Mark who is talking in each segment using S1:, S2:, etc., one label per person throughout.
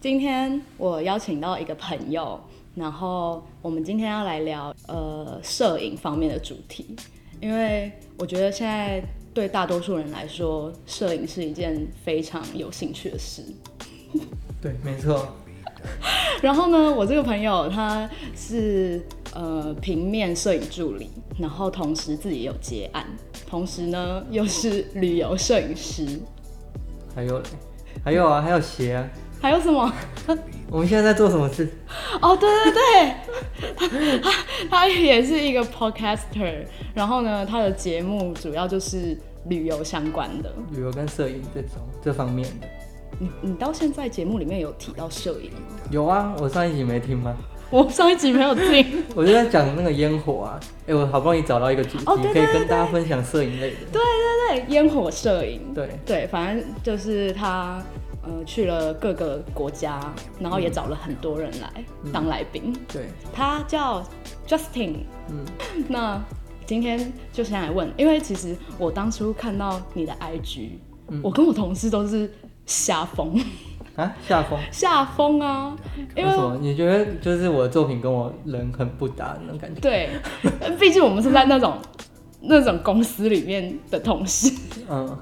S1: 今天我邀请到一个朋友，然后我们今天要来聊呃摄影方面的主题，因为我觉得现在对大多数人来说，摄影是一件非常有兴趣的事。
S2: 对，没错。
S1: 然后呢，我这个朋友他是呃平面摄影助理，然后同时自己有接案，同时呢又是旅游摄影师，
S2: 还有嘞，还有啊，还有鞋、啊。
S1: 还有什么？
S2: 我们现在在做什么事？
S1: 哦，对对对，他他他也是一个 podcaster，然后呢，他的节目主要就是旅游相关的。
S2: 旅游跟摄影这种这方面的。
S1: 你你到现在节目里面有提到摄影吗？
S2: 有啊，我上一集没听吗？
S1: 我上一集没有听。
S2: 我就在讲那个烟火啊，哎、我好不容易找到一个主题，
S1: 哦对对
S2: 可以
S1: 对
S2: 跟大家分享摄影类的。
S1: 对对对，烟火摄影。
S2: 对，
S1: 对，反正就是他呃去了各个国家，然后也找了很多人来当来宾。
S2: 对，
S1: 他叫 Justin，
S2: 嗯，
S1: 那今天就先来问，因为其实我当初看到你的 IG，、
S2: 嗯
S1: 我跟我同事都是吓疯，
S2: 啊，下风。
S1: 吓疯啊！因
S2: 为什
S1: 为
S2: 么？你觉得就是我的作品跟我人很不搭那种感觉？
S1: 对，毕竟我们是在那种那种公司里面的同事，
S2: 嗯，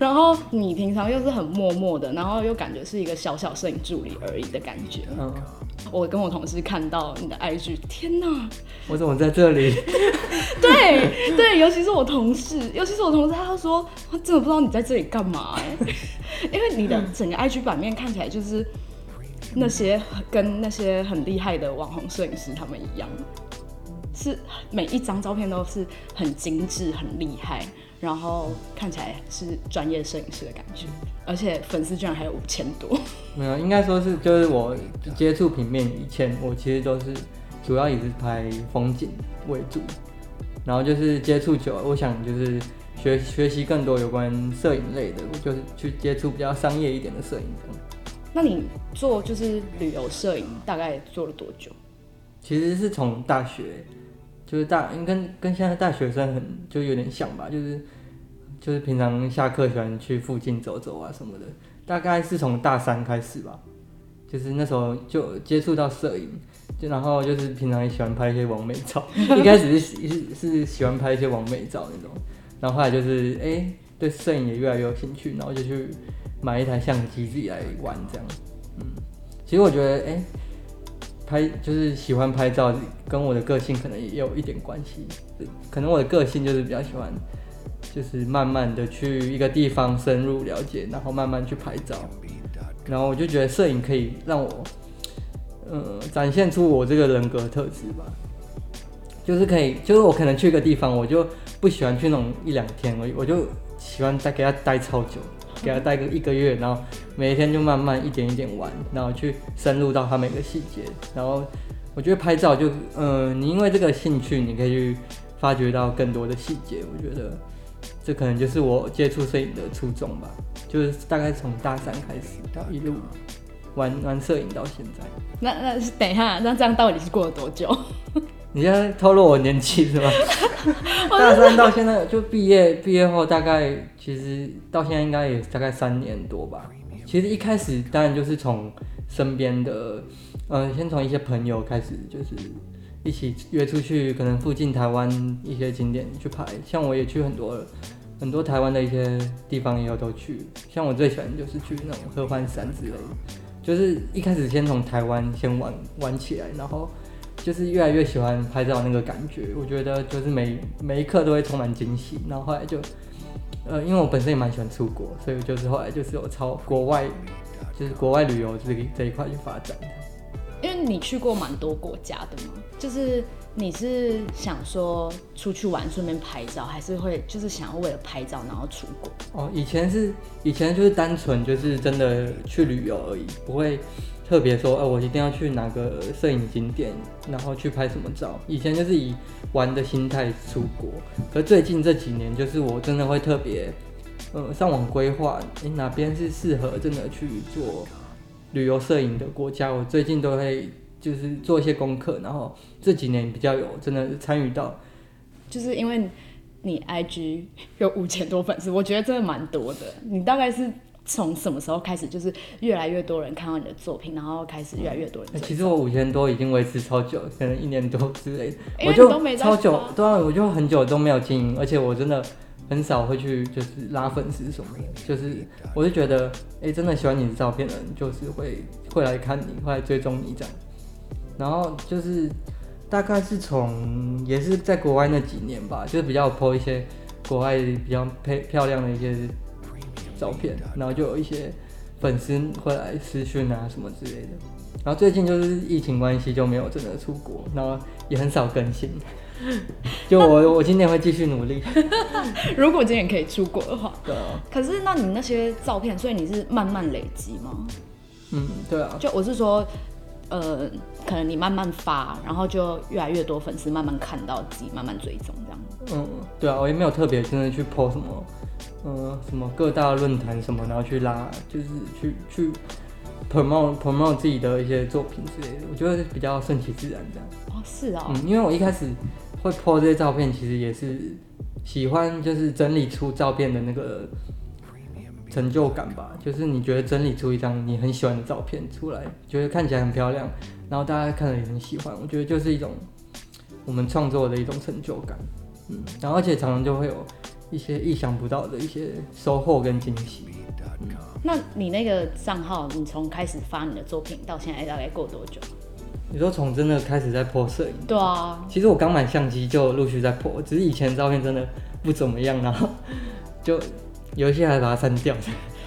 S1: 然后你平常又是很默默的，然后又感觉是一个小小摄影助理而已的感觉。
S2: 嗯，
S1: 我跟我同事看到你的 IG，天哪！
S2: 我怎么在这里？
S1: 对对，尤其是我同事，尤其是我同事，他就说他真的不知道你在这里干嘛哎、 因为你的整个 IG 版面看起来就是那些很跟那些很厉害的网红摄影师他们一样，是每一张照片都是很精致、很厉害，然后看起来是专业摄影师的感觉，而且粉丝居然还有五千多，
S2: 没有，应该说是就是我接触平面以前，我其实都是主要也是拍风景为主，然后就是接触久了，我想就是学学习更多有关摄影类的，我就是去接触比较商业一点的摄影这样
S1: 那你做就是旅游摄影大概做了多久？
S2: 其实是从大学，就是大应跟跟现在大学生很就有点像吧，就是就是平常下课喜欢去附近走走啊什么的，大概是从大三开始吧，就是那时候就接触到摄影，就然后就是平常也喜欢拍一些完美照， 一开始是是是喜欢拍一些完美照那种，然后后来就是哎、对摄影也越来越有兴趣，然后就去买一台相机自己来玩这样，嗯，其实我觉得哎。拍就是喜欢拍照，跟我的个性可能也有一点关系。可能我的个性就是比较喜欢，就是慢慢的去一个地方深入了解，然后慢慢去拍照。然后我就觉得摄影可以让我，呃，展现出我这个人格特质吧。就是可以，就是我可能去一个地方，我就不喜欢去那种一两天，我我就喜欢待给他待超久，给他待个一个月，然后每一天就慢慢一点一点玩，然后去深入到它每个细节。然后我觉得拍照就，嗯、你因为这个兴趣，你可以去发掘到更多的细节。我觉得这可能就是我接触摄影的初衷吧，就是大概从大三开始到一路玩玩摄影到现在。
S1: 那那是等一下，那这样到底是过了多久？
S2: 你现在透露我年纪是吧？大三到现在就毕业，毕业后大概其实到现在应该也大概三年多吧。其实一开始当然就是从身边的，嗯、先从一些朋友开始，就是一起约出去，可能附近台湾一些景点去拍。像我也去很多很多台湾的一些地方也有都去，像我最喜欢就是去那种合欢山之类的，就是一开始先从台湾先玩玩起来，然后。就是越来越喜欢拍照那个感觉，我觉得就是每每一刻都会充满惊喜。然后后来就，呃，因为我本身也蛮喜欢出国，所以我就是后来就是有朝国外，就是国外旅游这个这一块去发展。
S1: 因为你去过蛮多国家的嘛，就是你是想说出去玩顺便拍照，还是会就是想要为了拍照然后出国？
S2: 哦，以前是以前就是单纯就是真的去旅游而已，不会特别说，呃，我一定要去哪个摄影景点，然后去拍什么照。以前就是以玩的心态出国，可最近这几年就是我真的会特别，呃，上网规划，诶、哪边是适合真的去做旅游摄影的国家，我最近都会就是做一些功课，然后这几年比较有真的参与到
S1: 就是因为你 IG 有五千多粉丝，我觉得真的蛮多的。你大概是从什么时候开始，就是越来越多人看到你的作品，然后开始越来越多人
S2: 哎
S1: 追。
S2: 其实我五千多已经维持超久，可能一年多之类的，
S1: 因
S2: 哎我
S1: 为你
S2: 就
S1: 都没在
S2: 超久
S1: 发，
S2: 对啊，我就很久都没有经营，而且我真的很少会去就是拉粉丝什么的，就是我就觉得，哎、真的喜欢你的照片的人，就是会会来看你，会来追踪你这样。然后就是大概是从也是在国外那几年吧，就是比较 po 一些国外比较漂漂亮的一些照片，然后就有一些粉丝会来私讯啊什么之类的。然后最近就是疫情关系就没有真的出国，然后也很少更 新。就我我今年会继续努力，
S1: 如果今年可以出国的话，
S2: 对啊，
S1: 可是那你那些照片，所以你是慢慢累积吗？
S2: 嗯，对啊，
S1: 就我是说，呃，可能你慢慢发，然后就越来越多粉丝慢慢看到自己，慢慢追踪这样。
S2: 嗯，对啊，我也没有特别真的去 po 什么，嗯、什么各大论坛什么，然后去拉，就是去去 promote promote 自己的一些作品之类的，我觉得比较顺其自然这样。
S1: 哦，是哦，
S2: 嗯，因为我一开始会 po 这些照片，其实也是喜欢就是整理出照片的那个成就感吧，就是你觉得整理出一张你很喜欢的照片出来，觉得看起来很漂亮，然后大家看了也很喜欢，我觉得就是一种我们创作的一种成就感。嗯，然后而且常常就会有一些意想不到的一些收获跟惊喜。
S1: 那你那个账号，你从开始发你的作品到现在大概过多久？
S2: 你说从真的开始在 po 摄影，
S1: 对啊，
S2: 其实我刚买相机就陆续在破，只是以前照片真的不怎么样，然后就有一些还把它删掉。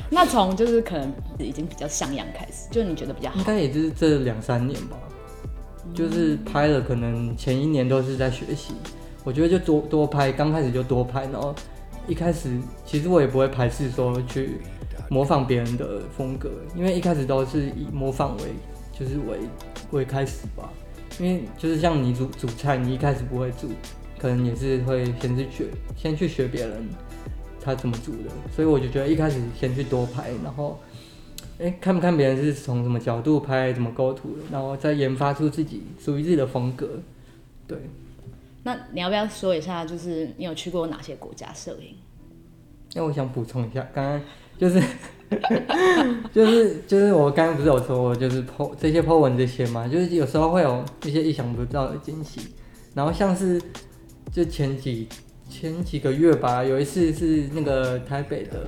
S1: 那从就是可能已经比较像样开始，就是你觉得比较好
S2: 应。该也就是这两三年吧，就是拍了，可能前一年都是在学习。我觉得就多多拍，刚开始就多拍，然后一开始其实我也不会排斥说去模仿别人的风格，因为一开始都是以模仿为就是为为开始吧。因为就是像你煮煮菜，你一开始不会煮，可能也是会先去学，先去学别人他怎么煮的，所以我就觉得一开始先去多拍，然后哎、看不看别人是从什么角度拍，怎么构图，然后再研发出自己属于自己的风格。对，
S1: 那你要不要说一下，就是你有去过哪些国家摄影？
S2: 那我想补充一下，刚刚就是 就是就是我刚刚不是有说，我就是 po 这些 po 文这些嘛，就是有时候会有一些意想不到的惊喜。然后像是就前几前几个月吧，有一次是那个台北的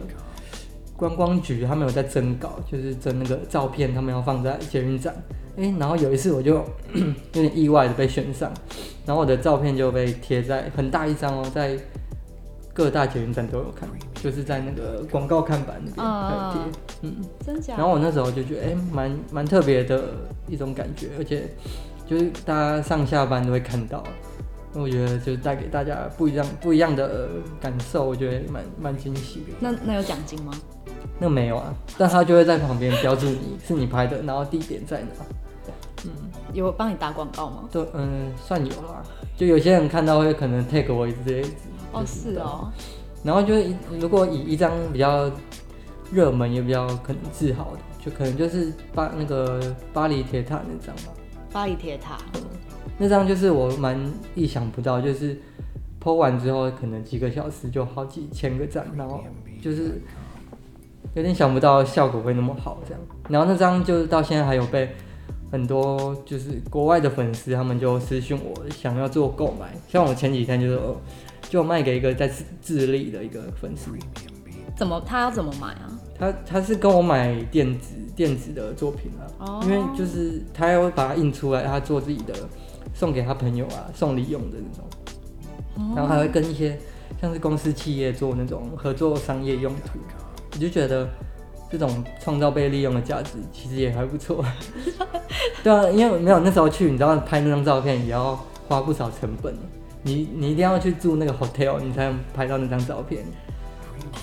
S2: 观光局他们有在征稿，就是征那个照片，他们要放在捷运站。哎、然后有一次我就 有点意外的被选上，然后我的照片就被贴在很大一张哦，在各大捷运站都有看，就是在那个广告看板那边
S1: 啊
S2: 还有贴，嗯。
S1: 真假
S2: 然后我那时候就觉得，哎、蛮蛮特别的一种感觉，而且就是大家上下班都会看到，我觉得就是带给大家不一样不一样的感受，我觉得蛮蛮惊喜的。
S1: 那那有奖金吗？
S2: 那没有啊，但他就会在旁边标注你是你拍的，然后地点在哪。
S1: 有帮你打广告吗？
S2: 对，嗯，算有啦。就有些人看到会可能 tag 我之类的。
S1: 哦，
S2: 就是
S1: 是哦，
S2: 然后就是一如果以一张比较热门也比较可能自豪的，就可能就是巴那个巴黎铁塔那张吧。
S1: 巴黎铁塔。
S2: 那张就是我蛮意想不到，就是剖完之后可能几个小时就好几千个赞，然后就是有点想不到效果会那么好这样。然后那张就是到现在还有被很多就是国外的粉丝他们就私信我想要做购买，像我前几天就是有就有卖给一个在智智利的一个粉丝，
S1: 怎么他要怎么买啊？
S2: 他他是跟我买电子电子的作品啊，
S1: 哦
S2: 因为就是他要把它印出来，他做自己的，送给他朋友啊，送礼用的那种。然后还会跟一些像是公司企业做那种合作商业用途，我就觉得这种创造被利用的价值其实也还不错。对啊，因为没有那时候去，你知道拍那张照片也要花不少成本，你你一定要去住那个 hotel，你才能拍到那张照片。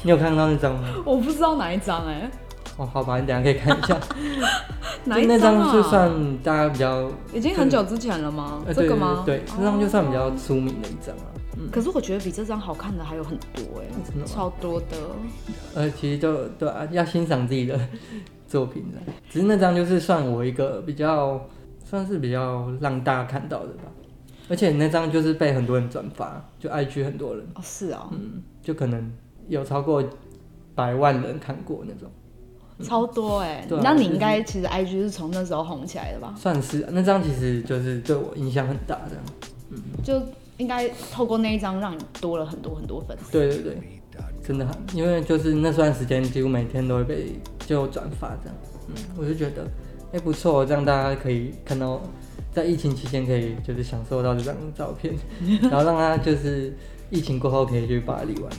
S2: 你有看到那张吗？
S1: 我不知道哪一张哎、
S2: 哦，好吧，你等一下可以看一下，
S1: 哪
S2: 就
S1: 一
S2: 那
S1: 张
S2: 张
S1: 啊？
S2: 就算大家比较，
S1: 已经很久之前了吗？
S2: 呃，
S1: 这
S2: 对
S1: 个
S2: 对
S1: 吗哦
S2: 对，？对那张就算比较出名的一张了、嗯，
S1: 可是我觉得比这张好看的还有很多哎、
S2: 真的吗
S1: 超多的。
S2: 呃，其实就对啊，要欣赏自己的 作品的，只是那张就是算我一个比较，算是比较让大家看到的吧，而且那张就是被很多人转发，就 IG 很多人，
S1: 哦，是哦，
S2: 嗯，就可能有超过百万人看过那种，
S1: 超多哎、
S2: 对啊
S1: 那你
S2: 就是
S1: 应该其实 IG 是从那时候红起来的吧？
S2: 算是啊那张其实就是对我影响很大这样。
S1: 就应该透过那一张让你多了很多很多粉丝。
S2: 对对对，真的很，因为就是那段时间几乎每天都会被就转发这样，嗯，我就觉得哎、不错，这样大家可以看到，在疫情期间可以就是享受到这张照片，然后让他就是疫情过后可以去巴黎玩。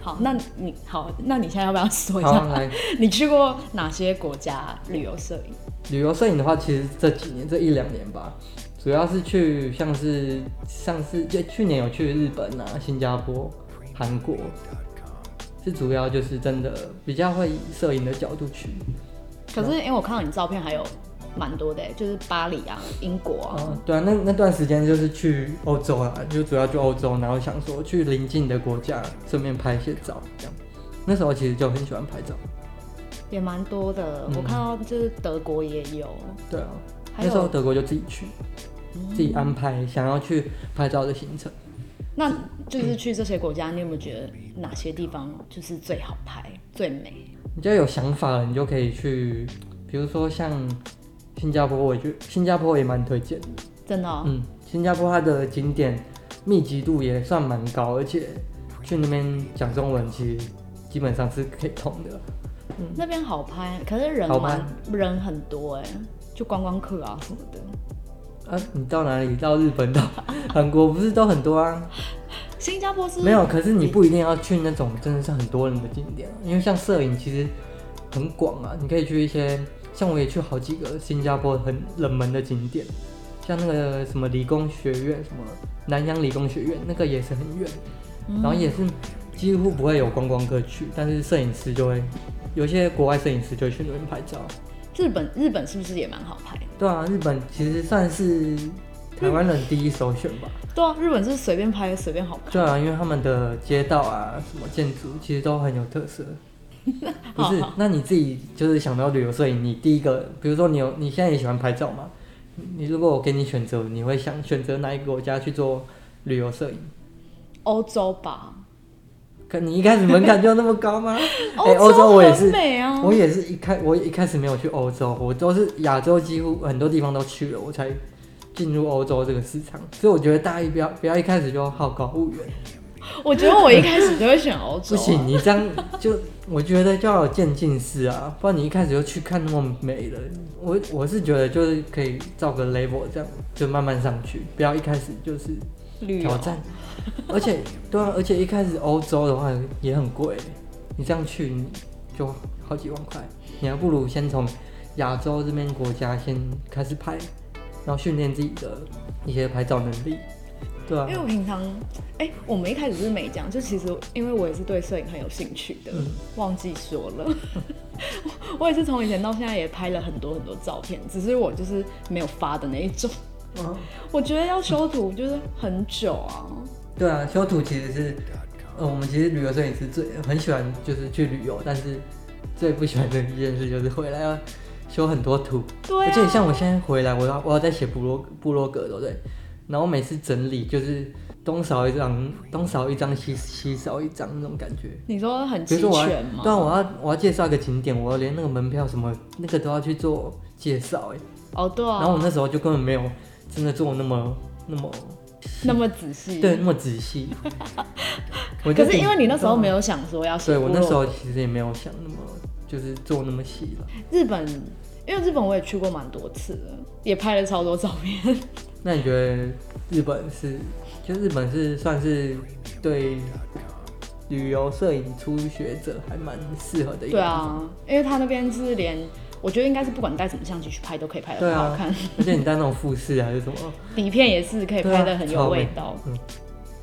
S1: 好，那你好，那你现在要不要说一
S2: 好，
S1: 下
S2: 来
S1: 你去过哪些国家旅游摄影？
S2: 旅游摄影的话，其实这几年这一两年吧，主要是去像是上次就去年有去日本啊、新加坡、韩国，是主要就是真的比较会以摄影的角度去。
S1: 可是因为我看到你照片还有蛮多的、就是巴黎啊、英国啊，
S2: 啊，对啊，那那段时间就是去欧洲啦，就主要去欧洲，然后想说去邻近的国家，顺便拍一些照，这样。那时候其实就很喜欢拍照，
S1: 也蛮多的。
S2: 嗯
S1: 我看到就是德国也有，
S2: 对啊。
S1: 还
S2: 那时候
S1: 有嗯
S2: 德国就自己去，自己安排想要去拍照的行程。
S1: 那就是去这些国家，你有没有觉得哪些地方就是最好拍、最美？
S2: 你只要有想法了，你就可以去，比如说像新加坡，我觉得新加坡也蛮推荐的。
S1: 真的、哦，
S2: 嗯，新加坡它的景点密集度也算蛮高，而且去那边讲中文其实基本上是可以通的。
S1: 那边好拍，可是人
S2: 嗯好拍
S1: 蛮人很多哎、就观光客啊什么的。
S2: 啊，你到哪里？到日本、到 韩国，不是都很多啊？
S1: 新加坡是
S2: 没有，可是你不一定要去那种真的是很多人的景点啊，因为像摄影其实很广啊，你可以去一些，像我也去好几个新加坡很冷门的景点，像那个什么理工学院，什么南洋理工学院，那个也是很远，然后也是几乎不会有观光客去，但是摄影师就会，有些国外摄影师就会去那边拍照。
S1: 日本，日本是不是也蛮好拍？
S2: 对啊，日本其实算是台湾人第一首选吧。
S1: 对啊，日本是随便拍随便好看。
S2: 对啊，因为他们的街道啊，什么建筑其实都很有 特色。不是，
S1: 哦
S2: 那你自己就是想到旅游摄影，你第一个，比如说你有你现在也喜欢拍照嘛？你如果我给你选择，你会想选择哪一个国家去做旅游摄影？
S1: 欧洲吧，
S2: 可你一开始门槛就那么 高吗？哎
S1: 欧
S2: 欧、洲我也
S1: 很
S2: 是，
S1: 美啊。
S2: 我也是一开我一开始没有去欧洲，我都是亚洲几乎很多地方都去了，我才进入欧洲这个市场。所以我觉得大家不要不要一开始就好高骛远。
S1: 我觉得我一开始就会选欧洲、啊
S2: 不行，，你这样就我觉得就要有渐进式啊， 不然你一开始就去看那么美了。我我是觉得就是可以照个 level 这样，就慢慢上去，不要一开始就是
S1: 旅游
S2: 挑战。而且对啊，而且一开始欧洲的话也很贵，你这样去你就好几万块，你还不如先从亚洲这边国家先开始拍，然后训练自己的一些拍照能力。对啊
S1: 因为，我平常，哎、我们一开始是没讲，就其实因为我也是对摄影很有兴趣的，
S2: 嗯
S1: 忘记说了。 我也是从以前到现在也拍了很多很多照片，只是我就是没有发的那一种。
S2: 嗯
S1: 我觉得要修图就是很久啊，
S2: 对啊，修图其实是，呃，我们其实旅游摄影师最很喜欢就是去旅游，但是最不喜欢的一件事就是回来要修很多图。
S1: 对啊
S2: 而且像我现在回来，我要我要在写部落部落格，对不对？然后每次整理就是东扫一张，东扫一张，西西扫一张那种感觉。
S1: 你说很
S2: 比
S1: 齐
S2: 如说我要
S1: 全吗？
S2: 对啊，我要我要介绍一个景点，我连那个门票什么那个都要去做介绍哎。
S1: 哦，对
S2: 然后
S1: 啊，
S2: 我那时候就根本没有真的做那么那么
S1: 那么仔细。
S2: 对，那么仔 细。我就
S1: 可是
S2: 顶
S1: 因为你那时候没
S2: 有，
S1: 有想说要写
S2: 啊对
S1: 部
S2: 我
S1: 落格，
S2: 那时候其实也没有想那么，就是做那么细了。
S1: 日本，因为日本我也去过蛮多次的，也拍了超多照片。
S2: 那你觉得日本是，就日本是算是对旅游摄影初学者还蛮适合的一个
S1: 对
S2: 地方。
S1: 啊，因为他那边是连，我觉得应该是不管你带什么相机去拍都可以拍得
S2: 对
S1: 很好
S2: 啊
S1: 看，，
S2: 而且你带那种富士还是什么，
S1: 底片也是可以
S2: 对
S1: 拍
S2: 啊
S1: 得很有
S2: 超
S1: 味
S2: 美
S1: 道。
S2: 嗯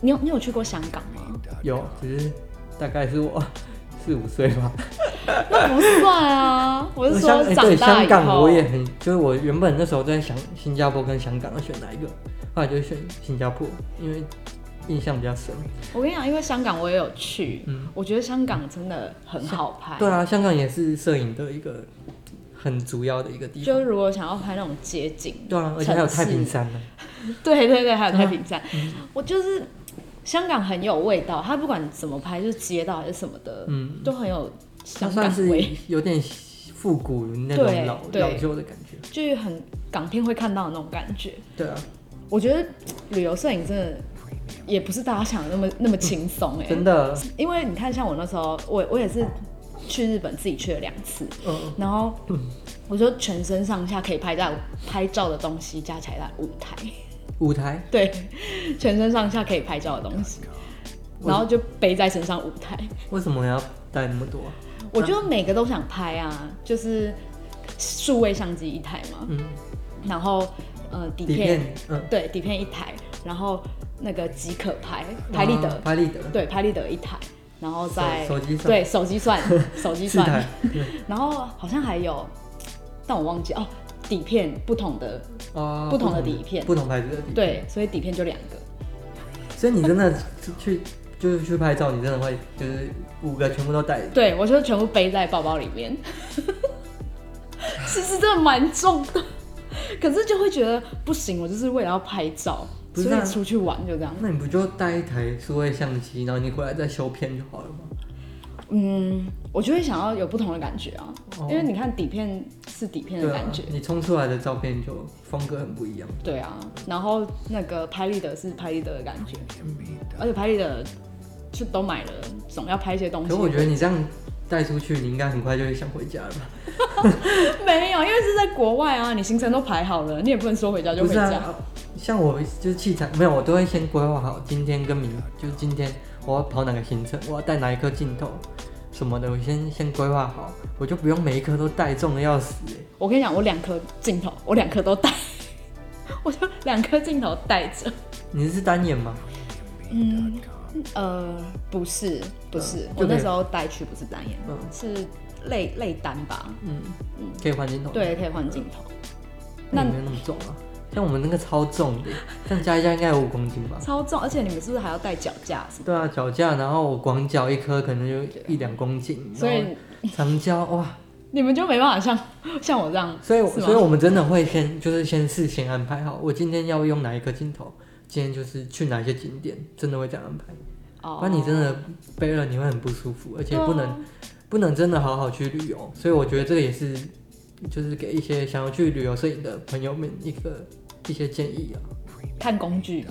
S1: 你有你有去过香港吗？
S2: 有，只是大概是我四五岁吧。
S1: 那不算啊， 我是说
S2: 香哎
S1: 长
S2: 对
S1: 大
S2: 香
S1: 以
S2: 港
S1: 后
S2: 我。也很，就是我原本那时候在想新加坡跟香港要选哪一个，后来就选新加坡，因为印象比较深。
S1: 我跟你讲，因为香港我也有去，
S2: 嗯
S1: 我觉得香港真的很好拍。
S2: 对啊，香港也是摄影的一个很主要的一个地
S1: 就
S2: 方。
S1: 是如果想要拍那种街景，
S2: 对啊，而且还有太平啊
S1: 城市
S2: 山呢、
S1: 对对对，还有太平站，
S2: 嗯
S1: 我就是香港很有味道，它不管怎么拍，就是街道还是什么的，
S2: 嗯
S1: 都很有
S2: 它
S1: 香
S2: 算
S1: 港
S2: 是
S1: 味，
S2: 有点复古那种
S1: 对
S2: 老
S1: 对
S2: 老旧的感觉。
S1: 就是很港片会看到的那种感觉。
S2: 对啊，
S1: 我觉得旅游摄影真的也不是大家想的那么那么轻松哎，
S2: 真的，
S1: 因为你看，像我那时候，我我也是去日本自己去了两次，
S2: 嗯，
S1: 然后我就全身上下可以拍照拍照的东西加起来在五台，
S2: 舞台
S1: 对，全身上下可以拍照的东西，然后就背在身上五台，
S2: 为什么要带那么多啊、
S1: 我就每个都想拍啊，就是数位相机一台嘛，
S2: 嗯，
S1: 然后呃底
S2: 底
S1: 片
S2: 片，嗯，
S1: 对底片一台，然后那个即可拍拍立
S2: 啊
S1: 得
S2: 拍立得，
S1: 对拍立得一台，然后
S2: 手
S1: 再
S2: 手机算
S1: 对手机 算手机
S2: 四
S1: 算。
S2: 台，
S1: 然后好像还有，但我忘记哦，底片不同的，
S2: 哦，
S1: 不同的底片
S2: 不同牌子的底片。
S1: 对，所以底片就两个，
S2: 所以你真的去就是去拍照，你真的会就是五个全部都带，
S1: 对我就全部背在包包里 面，其实真的蛮重的，可是就会觉得不行，我就是为了要拍照，
S2: 不是
S1: 所
S2: 啊
S1: 以出去玩就这样，
S2: 那你不就带一台数位相机，然后你回来再修片就好了吗？
S1: 嗯，我就会想要有不同的感觉啊，
S2: 哦
S1: 因为你看底片是底片的
S2: 对啊
S1: 感觉，，
S2: 你冲出来的照片就风格很不一样。
S1: 对啊，然后那个拍立得是拍立得的感觉，而且拍立得就都买了，总要拍一些东
S2: 可
S1: 西。
S2: 是我觉得你这样带出去，你应该很快就会想回家了吧？
S1: 没有，因为是在国外啊，你行程都排好了，你也不能说回家就
S2: 不
S1: 回
S2: 是
S1: 家。
S2: 啊，像我就是器材没有，我都会先规划好今天跟明，就是今天我要跑哪个行程，我要带哪一颗镜头什么的，我先先规划好，我就不用每一颗都带重的要死、欸。
S1: 我跟你讲，我两颗镜头，我两颗都带， 我就两颗镜头带着。
S2: 你是单眼吗？
S1: 嗯，呃，不是，不是，
S2: 嗯
S1: 我那时候带去不是单眼，
S2: 嗯
S1: 是类类单吧？
S2: 嗯，可以换镜头。，
S1: 对，可以换镜头，
S2: 那
S1: 那
S2: 你没有那么重啊。像我们那个超重的，这样加一加应该有五公斤吧？
S1: 超重，而且你们是不是还要带脚架什么？
S2: 对啊，脚架，然后我广角一颗可能就一两公斤，
S1: 所以
S2: 然后长焦哇，
S1: 你们就没办法像像我这样，
S2: 所以，
S1: 是吗
S2: 所以我们真的会先就是先事先安排好，我今天要用哪一颗镜头，今天就是去哪些景点，真的会这样安排。
S1: 哦
S2: 不然你真的背了，你会很不舒服，而且不能、
S1: 对啊
S2: 不能真的好好去旅游。所以我觉得这个也是，就是给一些想要去旅游摄影的朋友们一个一些建议啊。
S1: 看工 具，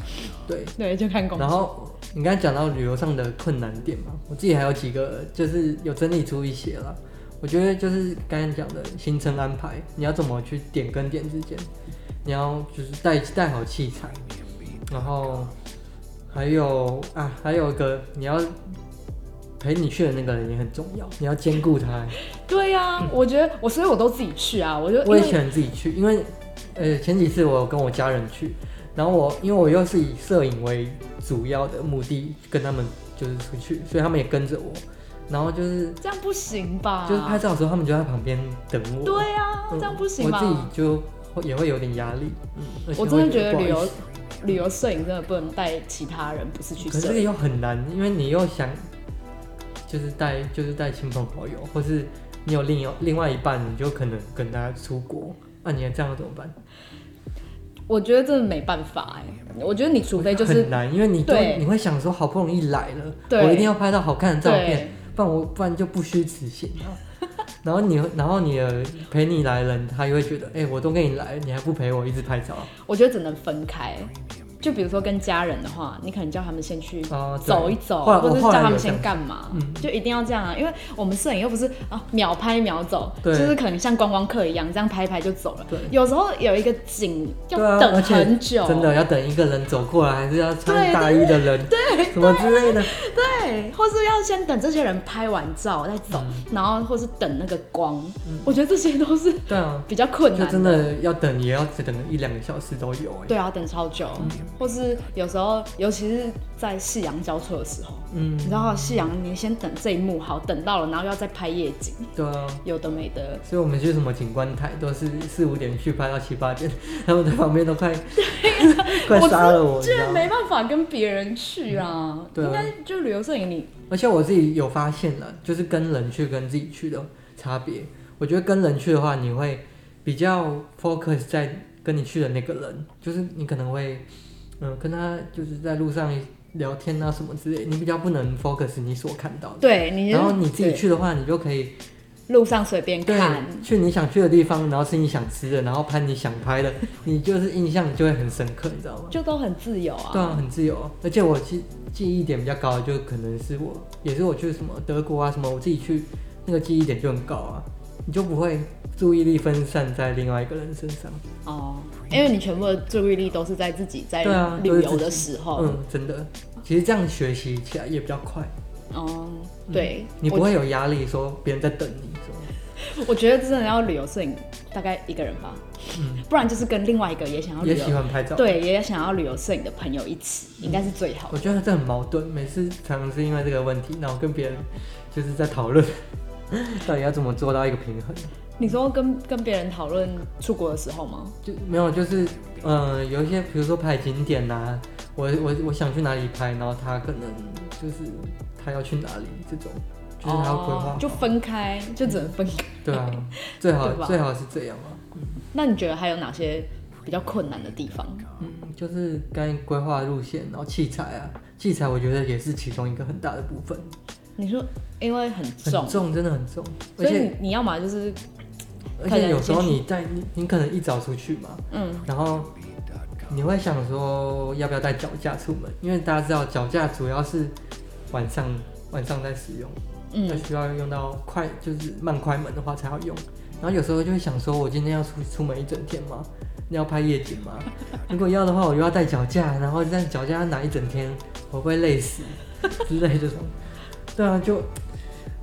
S2: 对，
S1: 对，就看工具
S2: 然。后你刚才讲到旅游上的困难点嘛，我自己还有几个就是有整理出一些啦。我觉得就是刚才讲的行程安排，你要怎么去点跟点之间，你要就是带带好器材，然后还有啊，还有一个你要陪你去的那个人也很重要，你要兼顾他。
S1: 对呀、我觉得我，所以我都自己去啊，我就因
S2: 嗯我也
S1: 为
S2: 喜欢自己去，因为呃前几次我有跟我家人去，然后我因为我又是以摄影为主要的目的跟他们就是出去，所以他们也跟着我，然后就是
S1: 这样不行吧？
S2: 就是拍照的时候他们就在旁边等我，
S1: 对啊，
S2: 嗯
S1: 这样不行
S2: 我
S1: 吧？
S2: 自己就会也会有点压力，嗯，而且
S1: 我真的
S2: 会
S1: 觉得
S2: 不好
S1: 旅
S2: 意
S1: 游
S2: 思，
S1: 旅游摄影真的不能带其他人，不是去
S2: 可是这
S1: 摄
S2: 个
S1: 影。
S2: 又很难，因为你又想就是带就是带亲朋好友，或是你有另有另外一半，你就可能跟他出国，那、你这样怎么办？
S1: 我觉得真的没办法哎、我觉得你除非就是
S2: 很难，因为你都
S1: 对
S2: 你会想说，好不容易来了，
S1: 对
S2: 我一定要拍到好看的照片
S1: 对，
S2: 不然我不然就不虚此行啊。 然后你，然后你的陪你来的人，他也会觉得，哎、我都跟你来了，你还不陪我一直拍照，
S1: 我觉得只能分开。就比如说跟家人的话，你可能叫他们先去
S2: 哦对
S1: 走一走，
S2: 后来我
S1: 或者是
S2: 后
S1: 叫
S2: 来有
S1: 他们
S2: 这样
S1: 先干嘛，
S2: 嗯
S1: 就一定要这样啊！因为我们摄影又不是啊秒拍秒走，
S2: 对
S1: 就是可能像观光客一样这样拍一拍就走了
S2: 对。
S1: 有时候有一个景要
S2: 对啊，而
S1: 等
S2: 且
S1: 很久，
S2: 真的要等一个人走过来，还是要穿
S1: 对
S2: 大衣的人，对，什么之类的，
S1: 对，或是要先等这些人拍完照再走，
S2: 嗯
S1: 然后或是等那个光，我觉得这些都是
S2: 对啊，
S1: 比较困
S2: 就
S1: 难
S2: 真的要等，也要等一两个小时都有、哎，
S1: 对啊，等超久，或是有时候，尤其是在夕阳交错的时候，
S2: 嗯
S1: 你，知道夕阳，你先等这一幕好，等到了，然后要再拍夜景，
S2: 对啊。
S1: 有的没的，
S2: 所以我们去什么景观台都是四五点去拍到七八点，他们在旁边都快 快杀了我，你
S1: 居
S2: 知道
S1: 然
S2: 吗？
S1: 没办法跟别人去啊，
S2: 啊对啊
S1: 应该就旅游摄影你
S2: 而且我自己有发现了，就是跟人去跟自己去的差别。我觉得跟人去的话，你会比较 focus 在跟你去的那个人，就是你可能会，嗯、跟他就是在路上聊天啊什么之类，你比较不能 focus 你所看到的。
S1: 对，你
S2: 然后你自己
S1: 对
S2: 去的话，你就可以
S1: 路上随便
S2: 对
S1: 看，
S2: 去你想去的地方，然后吃你想吃的，然后拍你想拍的，你就是印象就会很深刻，你知道吗？
S1: 就都很自由啊。
S2: 对啊，很自由。而且我记记忆点比较高，就可能是我也是我去什么德国啊什么，我自己去那个记忆点就很高啊，你就不会注意力分散在另外一个人身上。
S1: 哦，因为你全部的注意力都是在自己在
S2: 对啊
S1: 旅
S2: 都是
S1: 游
S2: 自己
S1: 的时候。
S2: 嗯，真的，其实这样学习起来也比较快，
S1: 哦，对，
S2: 嗯你
S1: 我
S2: 不会有压力，说别人在等你什么。
S1: 我觉得真的要旅游摄影，大概一个人吧，
S2: 嗯
S1: 不然就是跟另外一个也想要旅
S2: 也喜
S1: 游，
S2: 欢拍照，，
S1: 对，也想要旅游摄影的朋友一起，应该是最好的。
S2: 我觉得这很矛盾，每次常常是因为这个问题，然后跟别人就是在讨论 到底要怎么做到一个平衡。
S1: 你说跟跟别人讨论出国的时候吗？
S2: 就没有，就是呃，有一些比如说拍景点呐、我我我想去哪里拍，然后他可能就是他要去哪里这种，就是他要规划好、
S1: 哦就分开，就只能分开。
S2: 对啊，最 好
S1: 对吧
S2: 最好是这样啊，
S1: 那你觉得还有哪些比较困难的地方？
S2: 嗯，就是该规划路线，然后器材啊，器材我觉得也是其中一个很大的部分，
S1: 你说因为很重，
S2: 很重，真的很重，
S1: 所
S2: 而
S1: 以
S2: 且
S1: 你你要么就是
S2: 而
S1: 可
S2: 且
S1: 能
S2: 有时候
S1: 进去
S2: 你带你你可能一早出去嘛，
S1: 嗯
S2: 然后你会想说要不要带脚架出门，因为大家知道脚架主要是晚上晚上在使用，那
S1: 嗯
S2: 需要用到快就是慢快门的话才要用。然后有时候就会想说，我今天要出出门一整天吗？你要拍夜景吗？如果要的话，我又要带脚架，然后这样脚架要拿一整天，我会不会累死之类这种。对啊，就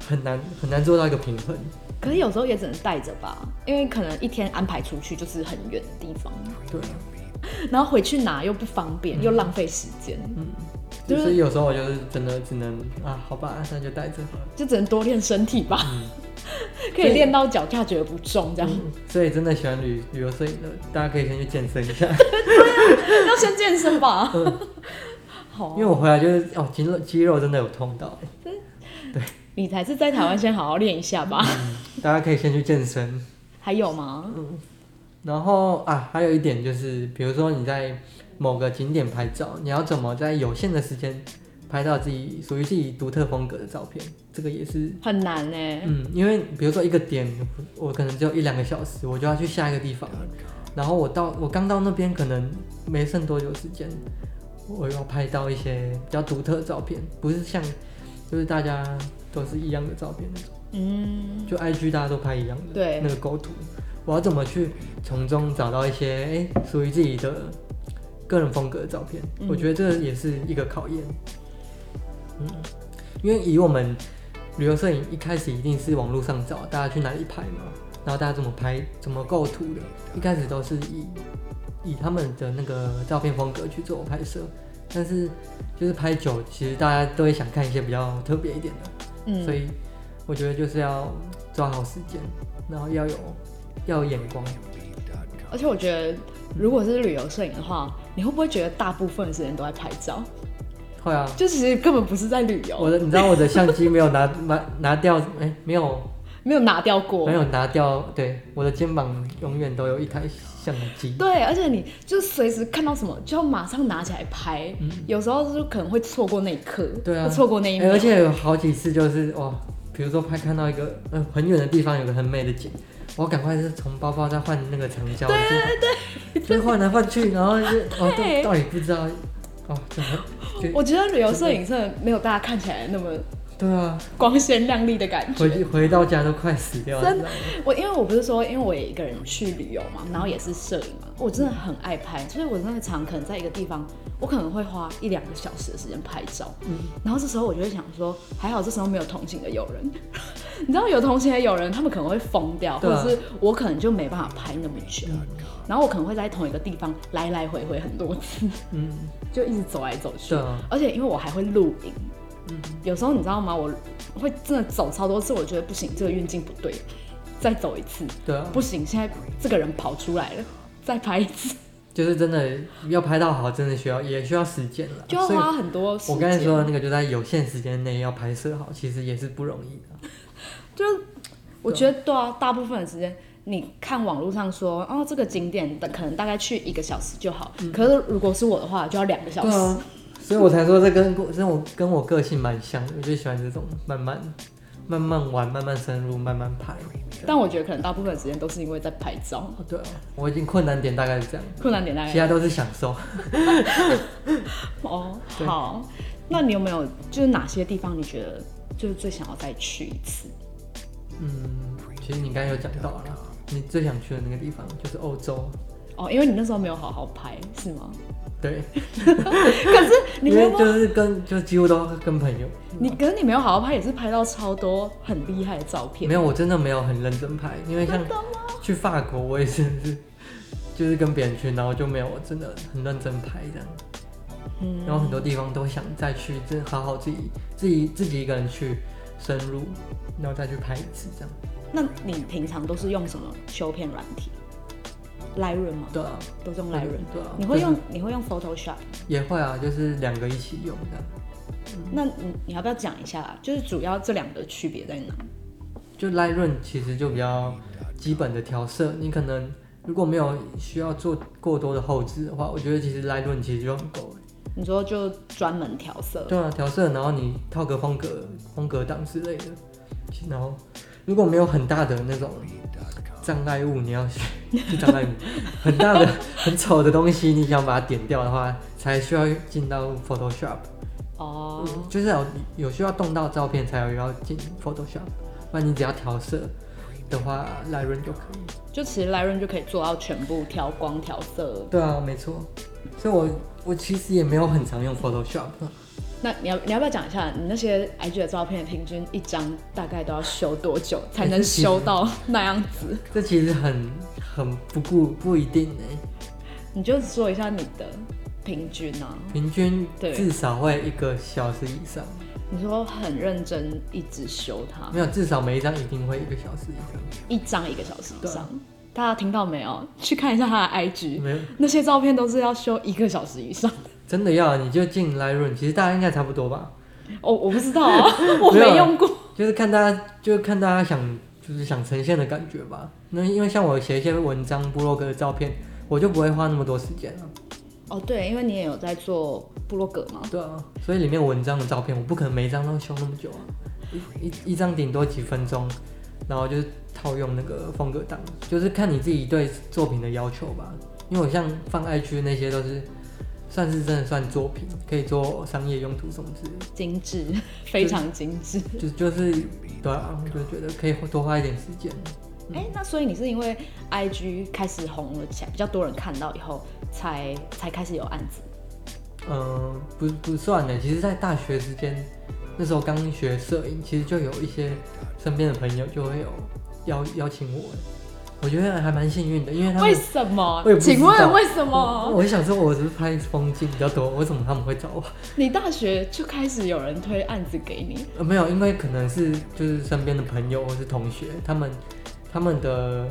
S2: 很难很难做到一个平衡。
S1: 可是有时候也只能带着吧，因为可能一天安排出去就是很远的地方，
S2: 对啊，
S1: 然后回去拿又不方
S2: 嗯
S1: 便，又浪费时间，就
S2: 就是是有时候我就是真的只能啊，好吧，那就带着好了。
S1: 就只能多练身体吧。
S2: 嗯
S1: 可以练到脚架觉得不重，这样、
S2: 所以真的喜欢旅旅游摄影的，大家可以先去健身一下，
S1: 要先健身吧。
S2: 嗯
S1: 好啊
S2: 因为，我回来就是哦，肌肉肌肉真的有痛到、
S1: 你才是在台湾先好好练一下吧。
S2: 大家可以先去健身。
S1: 还有吗？
S2: 嗯然后啊，还有一点就是，比如说你在某个景点拍照，你要怎么在有限的时间拍到自己属于自己独特风格的照片，这个也是。
S1: 很难欸呢、
S2: 嗯，因为比如说一个点，我可能只有一两个小时，我就要去下一个地方了。然后我到我刚到那边，可能没剩多久时间，我要拍到一些比较独特的照片，不是像就是大家都是一样的照片那种，
S1: 嗯，
S2: 就 IG 大家都拍一样的，
S1: 对
S2: 那个构图，我要怎么去从中找到一些哎属于自己的个人风格的照片？
S1: 嗯
S2: 我觉得这也是一个考验。嗯，因为以我们旅游摄影一开始一定是网络上找大家去哪里拍嘛，然后大家怎么拍、怎么构图的，一开始都是以以他们的那个照片风格去做拍摄。但是就是拍久，其实大家都会想看一些比较特别一点的，
S1: 嗯
S2: 所以我觉得就是要抓好时间，然后要有要有眼光。
S1: 而且我觉得，如果是旅游摄影的话，你会不会觉得大部分的时间都在拍照？
S2: 会啊，
S1: 就其实根本不是在旅游，
S2: 我的你知道我的相机没有拿拿拿掉，哎、没有
S1: 没有拿掉过
S2: 没。有拿掉，对，我的肩膀永远都有一台相机。
S1: 对，而且你就随时看到什么就要马上拿起来拍，有时候就可能会错过那一刻，
S2: 嗯对啊，
S1: 会错过那一秒。
S2: 哎而且有好几次就是哇，比如说拍看到一个呃很远的地方有个很美的景，我赶快是从包包再换那个长焦，对对对，就是换来换去，然后就 哦
S1: 对
S2: 到到底不知道哦怎么就
S1: 我觉得旅游摄影真的没有大家看起来那么
S2: 对啊，
S1: 光鲜亮丽的感觉。
S2: 回回到家都快死掉了，
S1: 真
S2: 你知
S1: 的
S2: 道吗
S1: 我因为我不是说，因为我也一个人去旅游嘛，然后也是摄影嘛，我真的很爱拍，所以我真的常可能在一个地方，我可能会花一两个小时的时间拍照，
S2: 嗯
S1: 然后这时候我就会想说，还好这时候没有同行的友人， 你知道有同行的友人，他们可能会疯掉，或
S2: 对啊 Oh
S1: 者是我可能就没办法拍那么久，然后我可能会在同一个地方来来回回很多次，
S2: 嗯，
S1: 就一直走来走去
S2: 对，啊，
S1: 而且因为我还会录影，有时候你知道吗？我会真的走超多次，我觉得不行，这个运镜不对，再走一次，
S2: 对啊，
S1: 不行，现在这个人跑出来了，再拍一次，
S2: 就是真的要拍到好，真的需要也需要时间了，
S1: 就要
S2: 所以
S1: 花很多时间。
S2: 我刚才说的那个就在有限时间内要拍摄好，其实也是不容易的，
S1: 就是我觉得对啊，大部分的时间。你看网络上说，哦，嗯这个景点的可能大概去一个小时就好。可是如果是我的话，就要两个小
S2: 对
S1: 时。
S2: 啊，所以我才说这跟这我跟我个性蛮像的，我就喜欢这种慢慢慢慢玩、慢慢深入、慢慢拍。
S1: 但我觉得可能大部分时间都是因为在拍照，
S2: 哦，对啊，我已经困难点大概是这样，
S1: 困难点大概
S2: 其他都是享受。
S1: 哦，
S2: 对
S1: 好，那你有没有就是哪些地方你觉得就是最想要再去一次？
S2: 嗯，其实你刚才有讲到了，你最想去的那个地方就是欧洲，
S1: 哦，因为你那时候没有好好拍，是吗？
S2: 对，
S1: 可是你
S2: 因
S1: 没
S2: 为
S1: 有，
S2: 就是跟就几乎都跟朋友。
S1: 你可是你没有好好拍，也是拍到超多很厉害的照片。
S2: 没有，我真的没有很认真拍，因为像
S1: 真的吗？
S2: 去法国，我也是就是跟别人去，然后就没有真的很认真拍这样。
S1: 嗯
S2: 然后很多地方都想再去，真好好自己自己自己一个人去深入，然后再去拍一次这样。
S1: 那你平常都是用什么修片软体？Lightroom 吗？
S2: 对啊，
S1: 都是用 Lightroom。
S2: 对啊，
S1: 你会
S2: 就是
S1: 用你会用 Photoshop？
S2: 也会啊，就是两个一起用这样。嗯
S1: 那你你要不要讲一下，就是主要这两个区别在哪？
S2: 就 Lightroom 其实就比较基本的调色，你可能如果没有需要做过多的后置的话，我觉得其实 Lightroom 其实就很够了。
S1: 你说就专门调色，
S2: 对啊，调色，然后你套个风格风格档之类的，然后如果没有很大的那种障碍物，你要去是障碍物，很大的很丑的东西，你想把它点掉的话，才需要进到 Photoshop，、
S1: 哦，
S2: 就是有有需要动到照片才有要进 Photoshop，不然你只要调色的话，Lightroom 就可以。
S1: 就其实 Lightroom 就可以做到全部调光、调色。
S2: 对啊，没错，所以我我其实也没有很常用 Photoshop，
S1: 那你要你要不要讲一下，你那些 IG 的照片平均一张大概都要修多久才能修到那样子？
S2: 这其实很很不顾不一定哎、
S1: 你就说一下你的平均啊。
S2: 平均
S1: 对
S2: 至少会一个小时以上，
S1: 你说很认真一直修它，
S2: 没有，至少每一张一定会一个小时以上。
S1: 一张一个小时以
S2: 对
S1: 上。大家听到没有？去看一下他的 IG，
S2: 没有，
S1: 那些照片都是要修一个小时以上。
S2: 真的要你就进 Lightroom，其实大家应该差不多吧，
S1: 哦，我不知道 啊，我没用过。
S2: 就是看大家，就是看大家想，就是想呈现的感觉吧。那因为像我写一些文章、部落格的照片，我就不会花那么多时间了。
S1: 哦，对，因为你也有在做部落格嘛。
S2: 对啊，所以里面文章的照片，我不可能每一张都修那么久啊，一一一张顶多几分钟，然后就是套用那个风格档，就是看你自己对作品的要求吧。因为我像放 IG 那些都是算是真的算作品，可以做商业用途什么之类的，
S1: 精致，非常精致。
S2: 就就是对啊，我就觉得可以多花一点时间。
S1: 哎、那所以你是因为 IG 开始红了起来，比较多人看到以后，才才开始有案子。
S2: 嗯、不不算呢。其实，在大学时间，那时候刚学摄影，其实就有一些身边的朋友就会有邀邀请我，我觉得还蛮幸运的，因为他
S1: 为
S2: 们。
S1: 什么
S2: 我也？不知道嗯
S1: 请问为什
S2: 我
S1: 么？
S2: 我想说，我是不是拍风景比较多，为什么他们会找我？
S1: 你大学就开始有人推案子给你？
S2: 呃，没有，因为可能是就是身边的朋友或是同学，他们他们的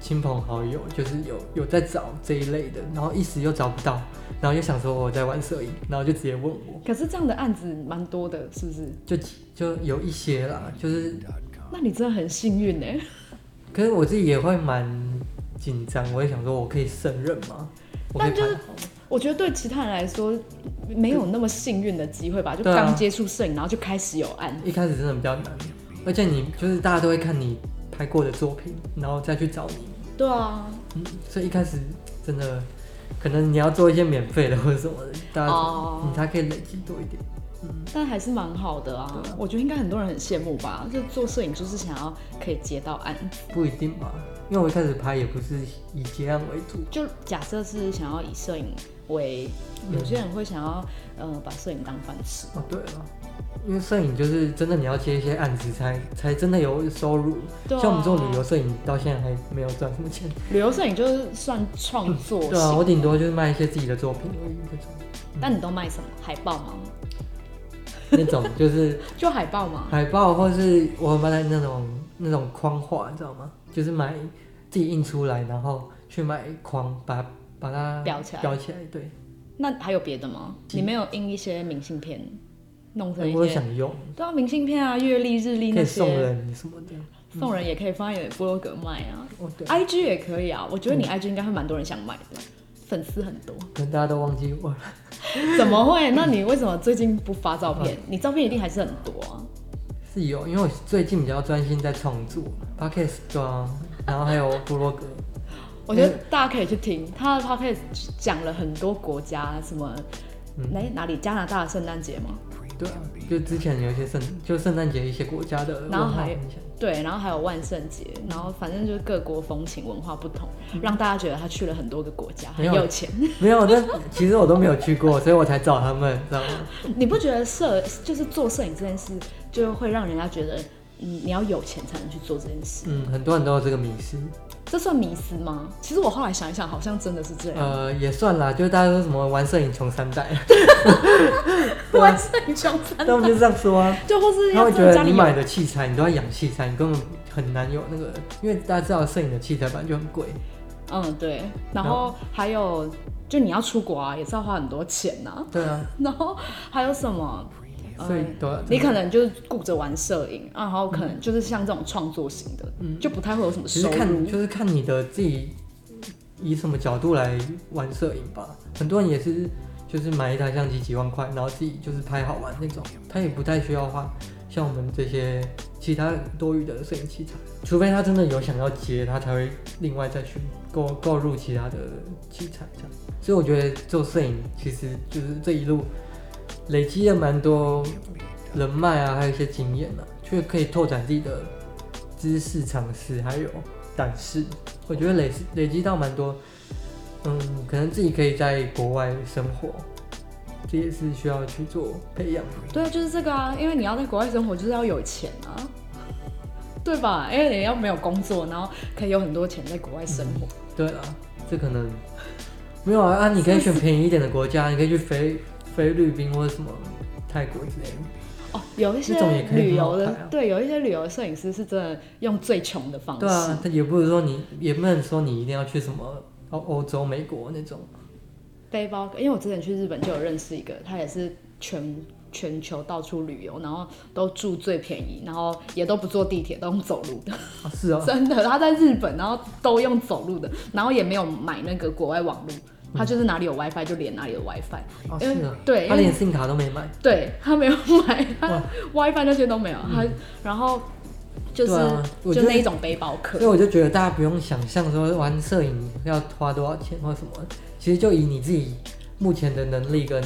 S2: 亲朋好友就是有有在找这一类的，然后一时又找不到，然后又想说我在玩摄影，然后就直接问我，
S1: 可是这样的案子蛮多的，是不是？
S2: 就就有一些啦，就是
S1: 那你真的很幸运哎、
S2: 可是我自己也会蛮紧张，我也想说我可以胜任吗？我可以
S1: 但就是
S2: 拍好吗
S1: 我觉得对其他人来说，没有那么幸运的机会吧，就
S2: 对啊
S1: 刚接触摄影，然后就开始有案。
S2: 一开始真的比较难，而且你就是大家都会看你拍过的作品，然后再去找你，
S1: 对啊，
S2: 嗯，所以一开始真的可能你要做一些免费的或者什么的，大家、
S1: 哦
S2: 你才可以累积多一点。
S1: 但还是蛮好的啊。我觉得应该很多人很羡慕吧，就做摄影就是想要可以接到案。
S2: 不一定吧，因为我一开始拍也不是以结案为主，
S1: 就假设是想要以摄影为，有些人会想要呃把摄影当饭吃。
S2: 哦，对了，因为摄影就是真的你要接一些案子才才真的有收入，
S1: 对啊
S2: 像我们这种旅游摄影到现在还没有赚什么钱。
S1: 旅游摄影就是算创作嗯型，
S2: 对啊，我顶多就是卖一些自己的作品啊而已，那种
S1: 但你都卖什么？海报吗？
S2: 那种 就是
S1: 就海报吗？
S2: 海报，或是我卖那种那种框画，你知道吗？就是买自己印出来，然后去买框，把把它
S1: 裱起来
S2: 裱起来，对，
S1: 那还有别的吗？你没有印一些明信片，弄成
S2: 嗯
S1: 一
S2: 我有
S1: 些？
S2: 想用，
S1: 对啊，明信片啊，月历、日历
S2: 可
S1: 那
S2: 以
S1: 些，
S2: 送人什么的。
S1: 送人也可以放在你的部落格卖啊
S2: 哦，对，嗯
S1: ，IG 也可以啊。我觉得你 IG 应该会蛮多人想买的，粉丝很多。
S2: 可能大家都忘记我了。
S1: 怎么会？那你为什么最近不发照
S2: 嗯
S1: 片？你照片一定还是很多啊。
S2: 是有，因为我最近比较专心在创作 podcast 对啊，然后还有部落格，
S1: 我觉得大家可以去听他的 podcast，讲了很多国家，什么
S2: 嗯
S1: 哪哪里加拿大的圣诞节嘛，
S2: 对啊，就之前有一些圣，就圣诞节一些国家的文
S1: 然后
S2: 化
S1: 还
S2: 分享，
S1: 对，然后还有万圣节，然后反正就是各国风情文化不同，让大家觉得他去了很多个国家，很
S2: 没有
S1: 有钱。
S2: 嗯没有，但其实我都没有去过，所以我才找他们，知道吗？
S1: 你不觉得摄就是做摄影这件事，就会让人家觉得，嗯，你要有钱才能去做这件事，
S2: 嗯，很多人都有这个迷失，
S1: 这算迷思吗？其实我后来想一想，好像真的是这 样。
S2: 呃，也算啦，就是大家说什么玩摄影穷三代，
S1: 万圣穷三，
S2: 他们就这样说啊。
S1: 就或是
S2: 他
S1: 要
S2: 会觉
S1: 真的
S2: 得
S1: 家
S2: 你
S1: 里
S2: 买
S1: 有，
S2: 的器材，你都要养器材，你根本很难有那个，因为大家知道摄影的器材本来就很贵，
S1: 嗯，对，然后还有就你要出国啊，也是要花很多钱呐、
S2: 对啊，哎
S1: 然后还有什么？呃
S2: 所以呃都要
S1: 你可能就是顾着玩摄影，啊然后可能就是像这种创作型的，就不太会有什么
S2: 其
S1: 收
S2: 实看
S1: 入。
S2: 嗯就是看你的自己以什么角度来玩摄影吧。很多人也是就是买一台相机几万块，然后自己就是拍好玩那种，他也不太需要花像我们这些其他多余的摄影器材，除非他真的有想要接，他才会另外再去购购入其他的器材这样。所以我觉得做摄影其实就是这一路累积了蛮多人脉啊，还有一些经验啊，却可以拓展自己的知识、常识，还有胆识。我觉得累累积到蛮多，嗯，可能自己可以在国外生活，这也是需要去做培养的。
S1: 对啊，就是这个啊，因为你要在国外生活，就是要有钱啊，对吧？因为你要没有工作，然后可以有很多钱在国外生活。
S2: 对啊，这可能没有啊啊！你可以选便宜一点的国家，你可以去菲菲律宾或者什么泰国之类的。
S1: 哦，有一些
S2: 嗯这种也可以
S1: 旅游
S2: 很
S1: 的
S2: 好拍，啊
S1: 对，有一些旅游摄影师是真的用最穷的方式。
S2: 对啊，但也不是说你，也不能说你一定要去什么欧欧洲、美国那种。
S1: 背包客，因为我之前去日本就有认识一个，他也是全全球到处旅游，然后都住最便宜，然后也都不坐地铁，都用走路 的，
S2: 啊是啊，
S1: 真的。他在日本，然后都用走路的，然后也没有买那个国外网路，
S2: 嗯
S1: 他就是哪里有 WiFi 就连哪里有 WiFi，、
S2: 哦
S1: 因为
S2: 是啊，
S1: 对
S2: 他
S1: 因为
S2: 连 SIM 卡都没买。
S1: 对他没有买，他
S2: 哇 嗯
S1: WiFi 那些都没有，他然后就是、
S2: 对啊我
S1: 就
S2: 觉得
S1: 那一种背包客
S2: 所以，我就觉得大家不用想象说玩摄影要花多少钱或什么，其实就以你自己目前的能力跟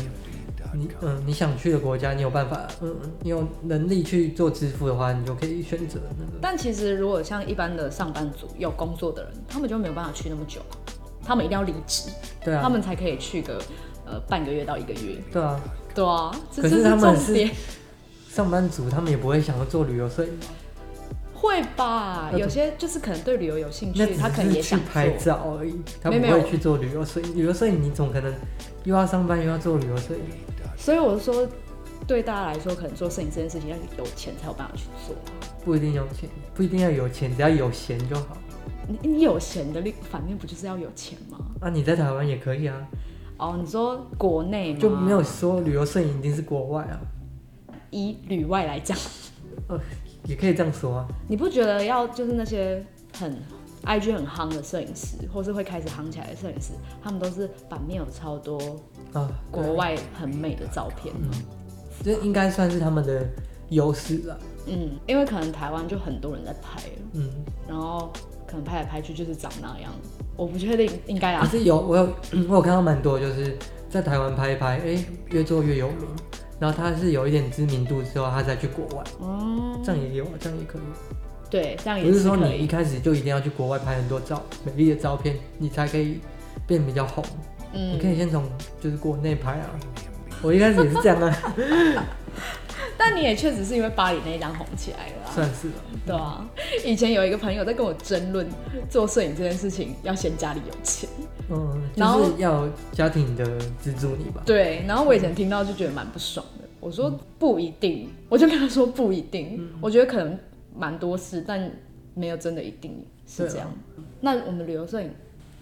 S2: 你嗯你想去的国家，你有办法嗯你有能力去做支付的话，你就可以选择那个。
S1: 但其实如果像一般的上班族有工作的人，他们就没有办法去那么久，他们一定要离职。
S2: 对
S1: 他
S2: 啊，
S1: 们才可以去个呃半个月到一个月。
S2: 对啊，
S1: 对啊，这
S2: 可是
S1: 这
S2: 他们
S1: 重 点，
S2: 上班族他们也不会想要做旅游摄影吧，
S1: 会吧？
S2: 那
S1: 有些就是可能对旅游有兴
S2: 那
S1: 趣，他可能
S2: 只
S1: 也
S2: 是去
S1: 想
S2: 拍
S1: 做。
S2: 照而已，他
S1: 没
S2: 不
S1: 没有
S2: 会去做旅游摄影。旅游摄影你总可能又要上班又要做旅游摄影，
S1: 所以我就说，对大家来说，可能做摄影这件事情要有钱才有办法去做。
S2: 不一定有钱，不一定要有钱，只要有闲就好。
S1: 你你有钱的另反面不就是要有钱吗？
S2: 啊，你在台湾也可以啊，
S1: 哦，你说国内吗
S2: 就没有说旅游摄影一定是国外啊，
S1: 以旅外来讲，
S2: 呃，也可以这样说啊。
S1: 你不觉得要就是那些很 IG 很夯的摄影师，或是会开始夯起来的摄影师，他们都是版面有超多
S2: 啊，对
S1: 国外很美的照片吗？
S2: 这应该算是他们的优势了。
S1: 嗯，因为可能台湾就很多人在拍了，
S2: 嗯，
S1: 然后可能拍来拍去就是长那样，我不确定，应该
S2: 可
S1: 啊，
S2: 是有我有 我有看到蛮多，就是在台湾拍一拍，哎、越做越有名，然后他是有一点知名度之后，他再去国外，
S1: 嗯，
S2: 这样也有，啊，这样也可以。
S1: 对，这样也
S2: 不是说
S1: 可
S2: 你一
S1: 以，
S2: 开始就一定要去国外拍很多照美丽的照片，你才可以变比较红。你
S1: 嗯，
S2: 可以先从就是国内拍啊。我一开始也是这样啊，
S1: 但你也确实是因为巴黎那一张红起来了、啊，
S2: 算是吧。
S1: 对啊，以前有一个朋友在跟我争论做摄影这件事情，要先家里有钱，
S2: 嗯，就
S1: 然后
S2: 是要有家庭的资助你吧。
S1: 对，然后我以前听到就觉得蛮不爽的，我说不一定，我就跟他说不一定，
S2: 嗯
S1: 我觉得可能蛮多事，但没有真的一定是这
S2: 对啊
S1: 样。那我们旅游摄影。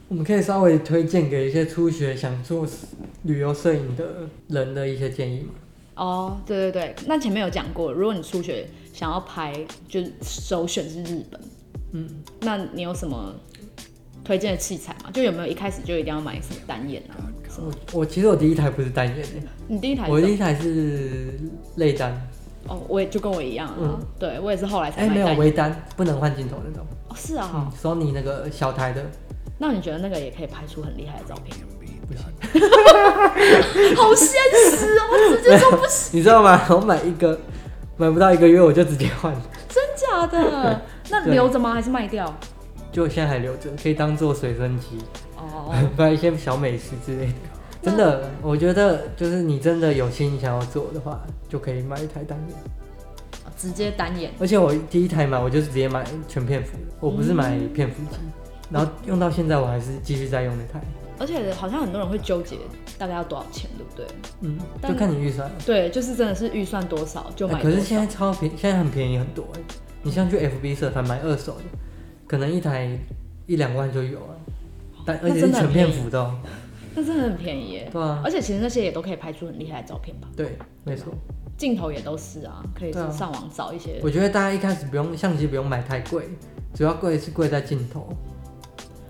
S2: 我们可以稍微推荐给一些初学想做旅游摄影的人的一些建议嘛？
S1: 哦，对对对，那前面有讲过，如果你初学想要拍，就是首选是日本，
S2: 嗯，
S1: 那你有什么推荐的器材吗？就有没有一开始就一定要买什么单眼啊、什么？
S2: 我我其实我第一台不是单眼的，
S1: 你第一台
S2: 我第
S1: 是
S2: 一台是类单，
S1: 哦，我也就跟我一样啊，
S2: 嗯
S1: 对我也是后来才
S2: 哎、
S1: 买
S2: 没有
S1: 单眼、
S2: 微单，不能换镜头那种。
S1: 哦，是啊、
S2: 嗯，Sony 那个小台的，
S1: 那你觉得那个也可以拍出很厉害的照片？ 好现实哦，我直接说不行，
S2: 你知道吗？ 我买一个，买不到一个月我就直接换了，
S1: 真假 的？那
S2: 对
S1: 留着吗？还是卖掉？
S2: 就我现在还留着，可以当做随身机，
S1: 哦，
S2: 买一些小美食之类的。真的，我觉得就是你真的有心想要做的话，就可以买一台单眼。
S1: 直接单眼。
S2: 而且我第一台买，我就是直接买全片幅的，我不是买片幅
S1: 嗯
S2: 机。然后用到现在，我还是继续在用那台。
S1: 而且好像很多人会纠结大概要多少钱，对不对？
S2: 嗯，
S1: 但
S2: 就看你预算了。
S1: 对，就是真的是预算多少就买
S2: 哎
S1: 多
S2: 可
S1: 少。
S2: 是现在超便，现在很便宜很多哎、你像去 FB 社团买二手的，可能一台一两万就有了，但
S1: 那
S2: 而且
S1: 真
S2: 是
S1: 的很
S2: 全片幅的哦、
S1: 那真的很便宜耶。
S2: 对啊，
S1: 而且其实那些也都可以拍出很厉害的照片吧，
S2: 对，没错。
S1: 镜头也都是啊，可以
S2: 对啊
S1: 上网找一些。
S2: 我觉得大家一开始不用相机不用买太贵，主要贵是贵在镜头。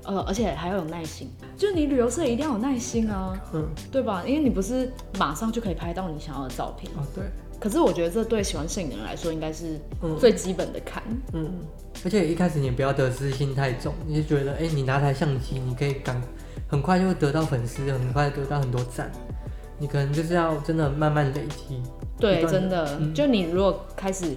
S1: 呃，而且还要有耐心，啊就是你旅游社一定要有耐心啊，
S2: 嗯，
S1: 对吧？因为你不是马上就可以拍到你想要的照片。
S2: 哦对，
S1: 可是我觉得这对喜欢摄影的人来说，应该是
S2: 嗯
S1: 最基本的坎。
S2: 嗯。而且一开始你不要得失心太重，你就觉得哎、你拿台相机，你可以赶很快就会得到粉丝，很快得到很多赞。你可能就是要真的慢慢累积，
S1: 对，
S2: 一段
S1: 真的，
S2: 嗯
S1: 就你如果开始，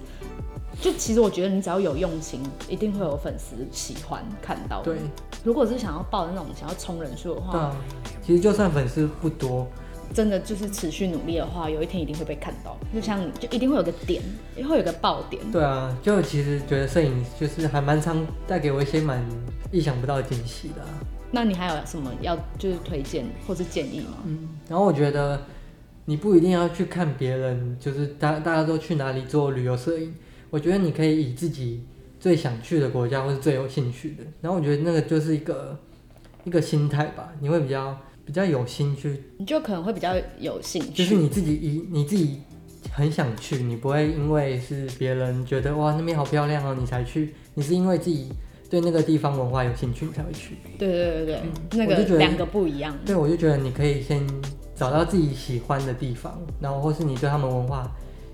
S1: 就其实我觉得你只要有用心，一定会有粉丝喜欢看到。
S2: 对，
S1: 如果是想要抱着那种想要冲人数的
S2: 对
S1: 话，
S2: 啊，其实就算粉丝不多，
S1: 真的就是持续努力的话，有一天一定会被看到。就像就一定会有个点，会有个爆点。
S2: 对啊，就其实觉得摄影就是还蛮常带给我一些蛮意想不到的惊喜的啊、
S1: 那你还有什么要就是推荐或是建议吗？
S2: 嗯，然后我觉得你不一定要去看别人，就是大大家都去哪里做旅游摄影，我觉得你可以以自己最想去的国家或是最有兴趣的，然后我觉得那个就是一个一个心态吧，你会比较比较有心去，
S1: 你就可能会比较有兴
S2: 就是
S1: 趣。
S2: 你自己以你自己。很想去，你不会因为是别人觉得哇那边好漂亮哦，你才去，你是因为自己对那个地方文化有兴趣你才会去。
S1: 对对对对，那
S2: 我就觉
S1: 个
S2: 得
S1: 两个不一样。
S2: 对，我就觉得你可以先找到自己喜欢的地方，然后或是你对他们文化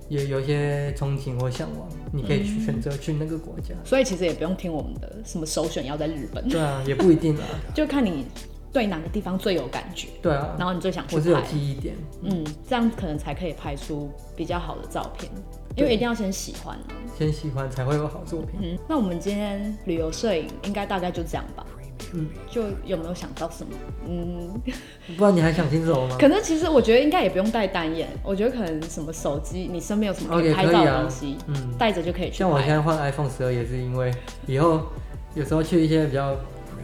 S2: 有有一些憧憬或向往，你可以去选择去那个国家。
S1: 所以其实也不用听我们的什么首选要在日本，
S2: 对啊，也不一 定啊。
S1: 就看你对哪个地方最有感觉，
S2: 对啊，
S1: 然后你最想去
S2: 我是有
S1: 拍。
S2: 记忆点。
S1: 嗯，这样可能才可以拍出比较好的照片，因为一定要先喜欢啊。
S2: 先喜欢才会有好作品。
S1: 嗯，那我们今天旅游摄影应该大概就这样吧。
S2: 嗯，
S1: 就有没有想到什么？嗯，
S2: 不然你还想听什么吗？
S1: 可能其实我觉得应该也不用带单眼，我觉得可能什么手机，你身边有什么可以
S2: OK，
S1: 拍照
S2: 可以
S1: 的
S2: 啊
S1: 东西，
S2: 嗯，
S1: 带着就可以去
S2: 像我现
S1: 拍。
S2: 在换 iPhone 十二也是因为以后有时候去一些比较。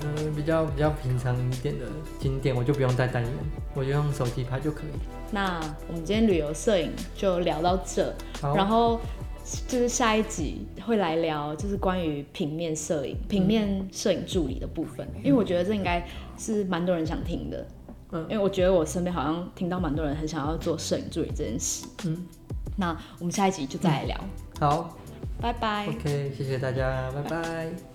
S2: 嗯，比较比较平常一点的景点，我就不用带单眼，我就用手机拍就可以。
S1: 那我们今天旅游摄影就聊到这，
S2: 好，
S1: 然后就是下一集会来聊，就是关于平面摄影、平面摄影助理的部分，因为我觉得这应该是蛮多人想听的。
S2: 嗯
S1: 因为我觉得我身边好像听到蛮多人很想要做摄影助理这件事。
S2: 嗯，
S1: 那我们下一集就再来聊，
S2: 好
S1: 拜拜。
S2: ，OK，谢谢大家，拜拜